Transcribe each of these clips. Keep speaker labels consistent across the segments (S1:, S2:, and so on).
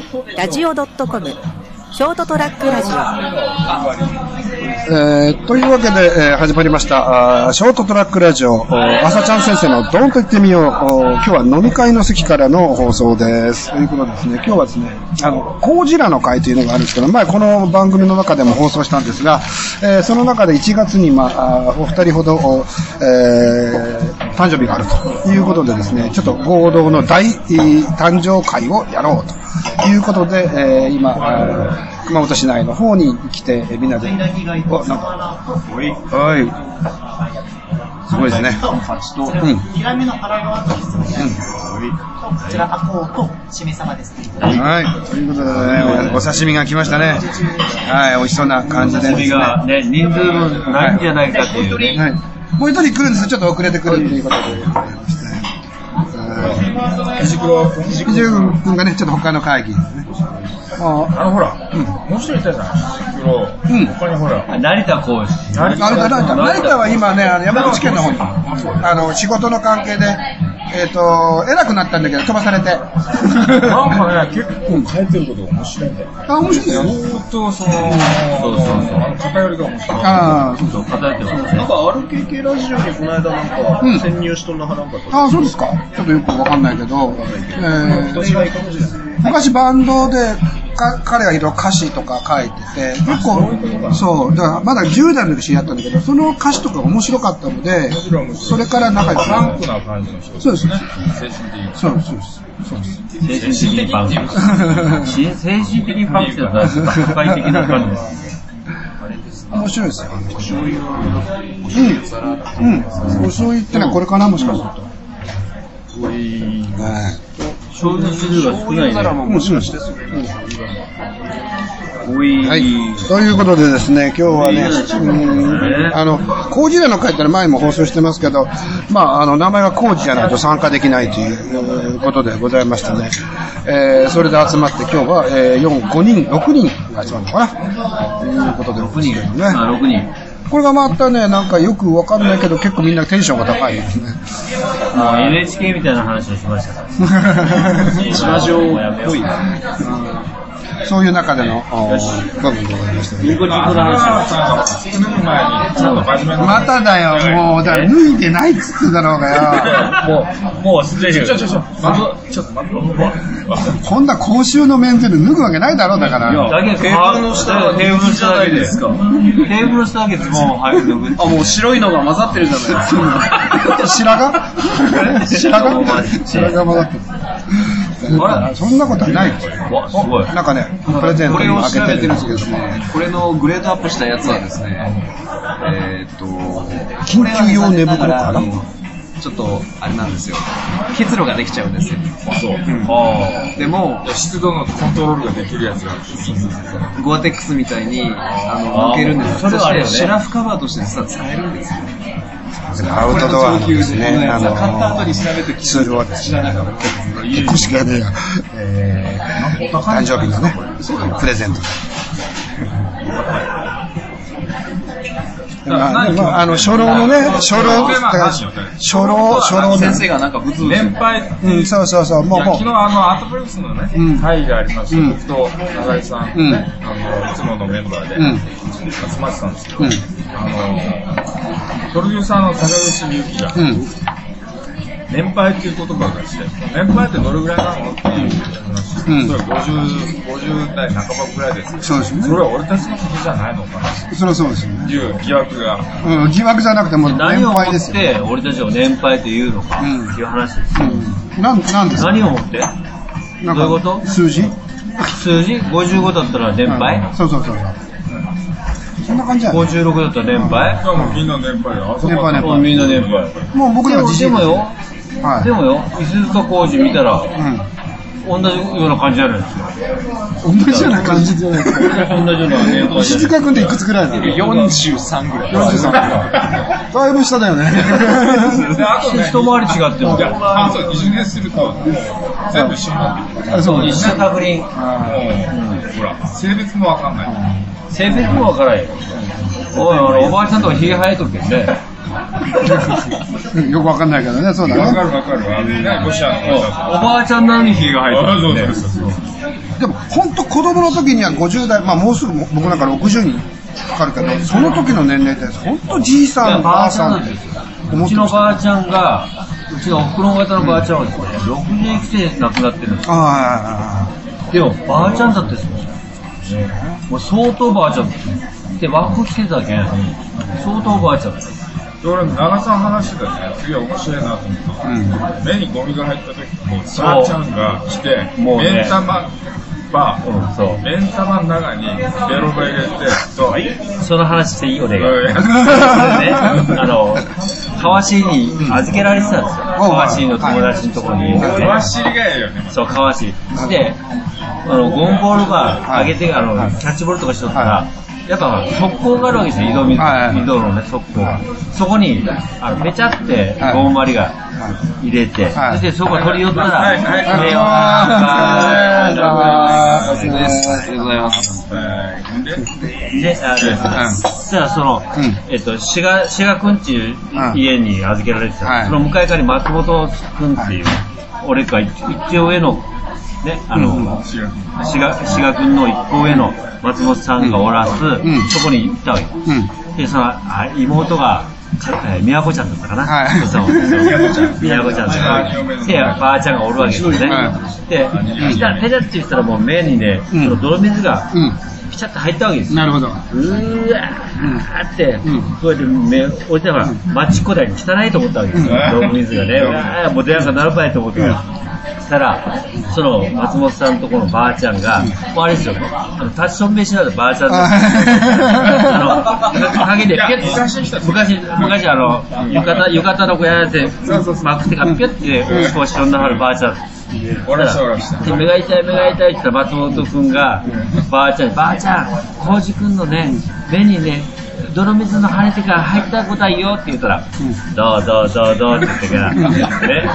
S1: st-radio.com ショートトラックラジ
S2: えーというわけで、えー始まりました、あーショートトラックラジオ、お朝ちゃん先生のドンと言ってみようお、今日は飲み会の席からの放送です。ということでですね、今日はですね、あの、コージラの会というのがあるんですけど、前この番組の中でも放送したんですが、えーその中で1月に、まあ、あーお二人ほど、おえー誕生日があるということでですね、ちょっと合同の大えー誕生会をやろうと。ということで、えー今、あー熊本市内の方に来て、えーみんなで、お、なんか、
S3: はい。すごいですね。
S2: うん、
S4: ラメの腹側と、こちら赤方としめ鯖ですね。
S3: は
S2: ということで、
S3: い。お刺身が来ましたね。はい。美味しそうな感じでですね。
S5: がね、人数分ないんじゃないかっていうね。
S2: はい、もう一人来るんですちょっと遅れてくるっていうことで。藤黒君がね、ちょっと他の会議ですね。あ
S6: あのほら、もう一人いたじゃん。黒。うん。他にほら。
S5: 成田浩二。
S2: あれか、成田、成田は今ね、あの山口県の方に、あの、仕事の関係で、えっ、と、偉くなったんだけど、飛ばされて。
S6: なんかね、結構変えてることが面白いんだよね。
S2: あ、面白いんだよ。
S6: ずーっとその、あの偏りが面白い。
S2: ああ、
S5: そう、偏ってます
S7: なん
S5: ね。
S7: か RKK ラジオにこの間なんか
S2: うん
S7: 潜入しとんなかなんかと、
S2: ああ、そうですか。ちょっとよくわかんないけど、え
S7: 私が
S2: ー
S7: いかもしれない。
S2: 昔バンドでか彼がいろいろ歌詞とか書いてて、結構、そう、だからまだ10代の時知り合ったんだけど、その歌詞とか面白かったので
S6: 白い面、白
S2: そ
S6: い
S2: れから仲良く
S6: パンクな感じの人。
S2: そうですね。そうです、そうです。
S5: 精神的にパンク。し精神的にパンクってのは、社会的な感じです。
S2: 面白いですよ。お醤油うん。うん。お醤油ってのはこれかな、もしかすると。はい。
S5: 醤油の種類が少ないね。
S2: 面白いです。はい。ということでですね、今日はね、うんあの、コージラの会ってのは前も放送してますけど、まあ、あの、名前がコージじゃないと参加できないといううんことでございましてね、えーそれで集まって今日は、えー、4、5人、6人が集まったのかな、ということで、6人ですけどね。
S5: あ、6人。
S2: これがまたね、なんかよくわかんないけど、結構みんなテンションが高い ですね。
S5: もう NHK みたいな話をしましたから。ラジオもやめよう。ニ
S2: そういう中での、お番組でございましたね。
S5: コニコの話を。
S6: 飲む前に、ちゃんと真面目な。
S2: まただよ、もう、だから脱いでないっつってんだろうがよ。
S5: もう、もう忘れてる。
S6: ちょちょちょ、ちょっと待って、
S2: こんな公衆の面前で脱ぐわけないだろう、だから。
S5: だけど、テーブルの下、テーブルの下だけですか。テーブルの下だけズボンを履いて脱ぐって
S3: あ、もう白いのが混ざってるじゃないですか。
S2: 白髪 白髪白髪もだって。
S5: あれ
S2: そんなことはない。
S5: わ、すごい。
S2: なんかね、プレゼント
S3: これ
S2: に
S3: を
S2: 開け
S3: 調べ
S2: て
S3: て
S2: る
S3: る
S2: ん
S3: ん
S2: で
S3: ですす
S2: けど
S3: けど
S2: も
S3: も、これのグレードアップしたやつはですね、えーっと、
S2: 緊急用寝袋かな
S3: あの。ちょっと、あれなんですよ。結露ができちゃうんですよ。
S6: そう。
S5: あ
S3: でも、
S6: 湿度のコントロールができるやつが。
S3: ゴアテックスみたいに、あの、
S5: あー
S3: 抜けるんです
S5: それはあれよね
S3: そしてシラフカバーとして実は使えるんですよ。
S2: アウトドアのですね、あの
S3: 買った後に調べてき
S2: ツールをですね、結構しかねええー誕生日のね、プレゼントで。まあ、でもあの初老のね、初老、
S6: これまあ何よ
S2: 初老、初老
S3: 先
S2: ね。
S3: 生がなんかブツブツ
S6: 連敗
S2: うん、そうそうそう、もう、
S6: いや
S2: も
S6: 昨日あのアートブレックスのね、
S2: うん
S6: 会がありまして、
S2: うん
S6: 僕と中井さん、
S2: うん
S6: あのいつものメンバーで、
S2: うん
S6: 集まってたんですけど、
S2: う、うん、
S6: あのプロデューサーの坂口美幸が、
S2: うん、
S6: 年配っていう言葉がして、年配ってどれぐらいなのっていう話、
S2: うん
S6: それは 50, 50代半ばぐらいですけど、
S2: そうですね
S6: そ。れは俺たちのことじゃないのかな
S2: そりゃそうですよね。
S6: という疑惑が、
S2: うん、疑惑じゃなくてもう年
S5: 何をも
S2: 配です
S5: っ
S2: よ。
S5: て、俺たちを年配というのか、
S2: うん
S5: っていう話です。
S2: うん、なん、なんですか。
S5: 何をもって
S2: なん
S5: どういう
S2: か
S5: こと
S2: 数字。
S5: 数字55だったら年配、
S2: うんそうそうそうそう。そんな感じやね。
S5: 56だったら年配、
S6: 今もみんな年配で、あそこ
S2: 年配
S6: は
S2: ね
S5: もうみんな年配、
S2: もう僕
S5: で
S2: らは
S5: も
S2: 自
S5: で
S2: 信
S5: も
S2: です
S5: よ、
S2: はい。
S5: でもよ石塚浩二見たら同じような感じじゃない ですか
S2: うん。同じような感じじゃないです
S5: 同じような年配
S2: か。
S5: じゃ
S2: 静
S5: ない
S2: 塚君っていくつぐらいなの
S3: 43ぐらい。
S2: ?43 だいぶ下だよね。
S6: であとね、
S5: 一回り違っても
S6: いや、あそう、20年すると、全部死ぬ。
S2: あそう
S5: 一緒かぶりん。
S6: もう、ほら、性別もわかんない。
S5: 性別もわからへんよ。おいおい、おばあちゃんとかひげ生えとるけん ね。
S2: うんよくわかんないけどね、そうだ
S6: わか
S2: ね。
S6: るわかる。あのね、ロシアの
S5: おばあちゃんなのにひげが生え
S6: あそ
S5: と
S6: う
S5: るけん
S6: そう
S5: ね。
S6: そうそう。
S2: でも、本当子供の時には50代、まあもうすぐ僕なんか60にかかるけど、その時の年齢って、本当じい
S5: い
S2: さ
S5: や
S2: ん、
S5: ば
S2: ば
S5: あ
S2: あ
S5: ちゃ
S2: さ
S5: んなん
S2: ん
S5: で
S2: っ
S5: す
S2: て
S5: よ。
S2: 思
S5: う
S2: っ
S5: ち
S2: て
S5: の
S2: ました。
S5: ばあちゃんが、うちのおふくろの方のばあちゃんはですね、61生で亡くなってるんですよ。
S2: あ
S5: でも、ばあちゃんだってそうですよもう相当ばあちゃんですよで、和服着てたけん、相当ばあちゃんですよ
S6: で俺、長さん話してたね、次は面白いなと思ったのが、目にゴミが入った時に、
S5: そう
S6: ばあちゃんが来て、
S5: もうね
S6: 目ん玉ば、
S5: うん、そう。
S6: 目ん玉の中にベロバ入れて、そう、
S5: その話していいよね。
S6: うん
S5: ね、あの、かわしに預けられてたんですよ。かわしの友達のところに。
S6: 俺は知りがいいよね。
S5: そう、かわし。で、あの、ゴンボールが上げて、あの、キャッチボールとかしとったら、やっぱ速攻があるわけですよ、井戸水
S2: はい
S5: 井戸のね、速攻。そこに、あの、ぺちゃって、ゴンマリが入れて、
S2: はい
S5: そしてそこから取り寄ったら、
S6: はいはい
S5: これを
S2: あーありがとうござい
S5: ありがとうござい
S2: ます
S5: ます。
S6: はいで
S5: で、あの、そしたらその、
S2: うん
S5: えっと、志賀、志賀くんちいう
S2: うん
S5: 家に預けられてた、
S2: はい
S5: その向かい側に松本くんっていう、俺か一一丁上の、ね、あの、
S6: 知らん
S5: 志賀、志賀くんの一個上の松本さんがおらす、
S2: ん
S5: そこに行ったわけ。
S2: あ、うん。
S5: で、その、あ妹が、かえー、宮子ちゃんだったかな。
S2: はい
S5: そう
S6: 宮子ちゃん
S5: 宮子ちゃんだで、ばあちゃんがおるわけですよね。
S2: は
S5: で、そしたら、ペラって言ったらもう目にね、
S2: うん
S5: その泥水が、
S2: う
S5: ピチャッと入ったわけですよ
S2: ん。なるほど。
S5: うーわーって、こうやって目置いてたら、マッチっ子だに汚いと思ったわけですよ、
S6: うん
S5: 泥水がね、うわー、もう出やんかなるばいと思ってから、そしたら、その松本さんのところのばあちゃんが、もうあれですよ、あの立ちションべしなのばあちゃん
S2: あ
S5: の、あの、ハゲで、
S6: いや
S5: ピュ
S6: 昔の人
S5: ッ昔、昔、あの、浴衣、浴衣のこうやって、まくてから、ピュッて、こう、しょんなはるばあちゃん。
S6: 俺はそう俺はした。
S5: で目が痛い目が痛いって言ったら松本君がばあちゃんに「ばあちゃん浩二君のね目にね泥水の跳ねてから入ったことはいいよ」って言ったら「どうどうどうどう」って言ってからね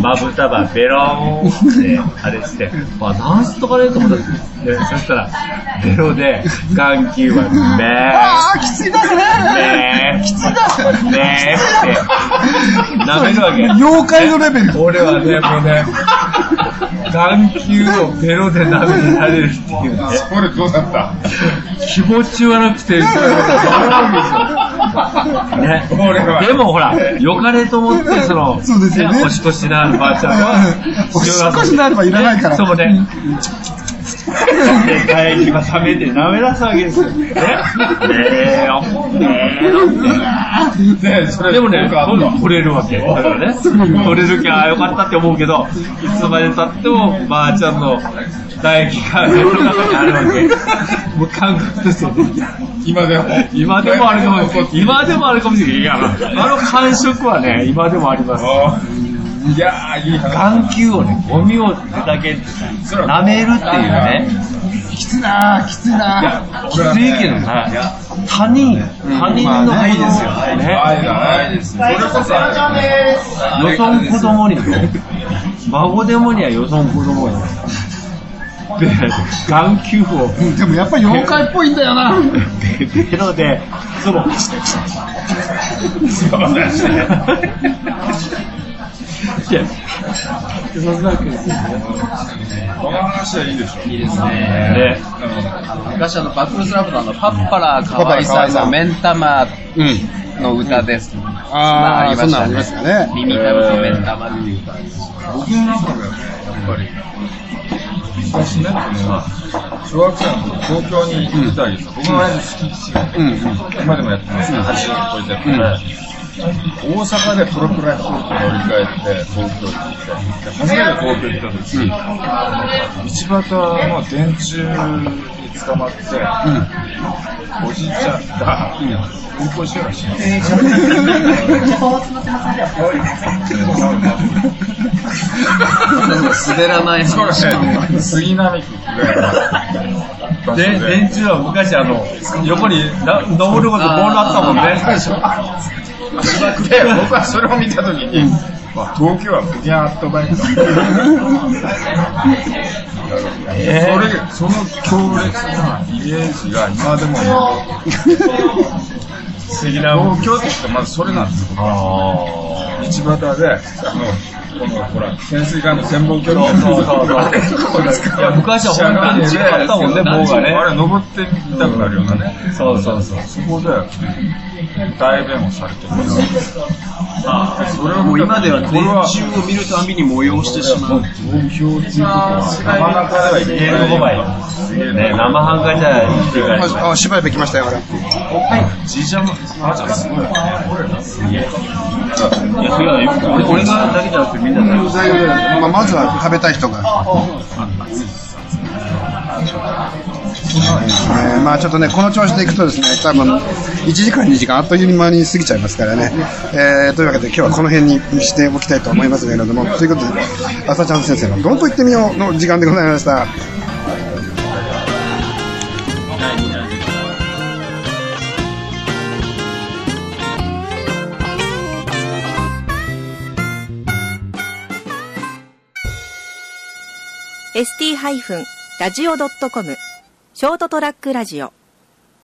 S5: まぶたばベローンってあれして「まあなんすっとかねえ」と思ったんですよでそしたらベロで眼球は「ね
S2: ああ、きついですね。
S5: ね
S2: きついです
S5: えねえ」って舐めるわけ
S2: 妖怪のレベル。
S5: 俺はね、もうね、眼球をベロで舐められるっていうね、
S6: これどうだった
S5: 気持ち悪くて、
S6: 俺は
S5: ね、でもほら、良かれと思って、その、
S2: そうですよね
S5: おしこしなあるばあちゃんは、
S2: おしっこしなあればいらないから
S5: そうね。で、唾液が冷めて舐め出すわけですよ。ね。ねえよ、ねえよ
S6: で、それ
S5: でもね、
S6: 効果あんの
S5: 取れるわけ。だから ね、取れるきゃあよかったって思うけど、いつまでたっても、ばあちゃんの唾液が目の中にあるわけ。もう感覚ですよね。
S6: 今でも。
S5: 今でもあるかもしれ ない。今でもあるかもしれないいや。あの感触はね、今でもあります。
S6: あーいやー、いい話。
S5: 眼球をね、ゴミをだけ舐めるっていうね。きついなきついなきついけどな。他人、他人のないですよね。
S6: 愛がないです。それこそ愛がない
S5: よそん子供にも、孫でもにはよそん子供にも。で、眼球を
S2: でもやっぱり妖怪っぽいんだよな。
S5: ベロで、その、
S6: そうだし
S5: いやそんなわけですよ
S6: この話はいいでしょ。
S3: いいですね。
S5: ね。
S3: 昔あのバックルスラブのあのパッパラーかわいさの目ん玉
S2: うん。
S3: の歌です。
S2: ああ、そんなんありましたね。
S3: 耳たぶと目ん玉っていう。
S6: 僕の中ではね、やっぱり、昔ね、小学生の頃、東京に行ったりさ、僕の親父好き地が、
S2: うんうん。
S6: 今でもやってますね、80超えてるから、大阪でプロペラ飛行機乗り換えて、東京に行って、初めて東京に行った時、道端の電柱に捕まって、おじいちゃんが、運行しようらしいんですよ
S3: 滑らない話。
S6: 杉並区ぐらいの場所
S5: で、電
S6: で。
S5: 柱は昔あの、横にな登ることボールあったもんね。
S6: で、僕はそれを見たときに、東京はビジャーッとバイクだそれその強烈なイメージが今でも残ってる東京って人はまずそれなんですよ道端であのこのほら潜水艦の潜望鏡のあれこうですか
S5: いや昔は本当に違ったもんね棒がね
S6: あれ登ってみたくなるようなね、
S5: そうそうそう。
S6: そこで大便をされてるそれは
S7: もう今では電
S6: これは
S7: 柱を見るたびに催してしまう。
S6: 目標っていうことはなかなかではいけ
S5: ゲーム5
S6: ない
S5: 倍。
S6: すげえ
S5: ね、生半可じゃ生きていかない。
S2: あ、しばらく来ましたよ、ほら。
S6: じいちゃんも母ちゃんすごいよね
S5: いや、それは俺俺がだけじゃなくてみんなだよ。
S2: まあ、まずは食べたい人が。そうですねまあ、ちょっとね、この調子でいくとですね、多分1時間、2時間、あっという間に過ぎちゃいますからね、えーというわけで、今日はこの辺にしておきたいと思いますけれども、ということで、朝ちゃん先生のどんと言ってみようの時間でございました。
S1: ST-radio.com ショートトラックラジオ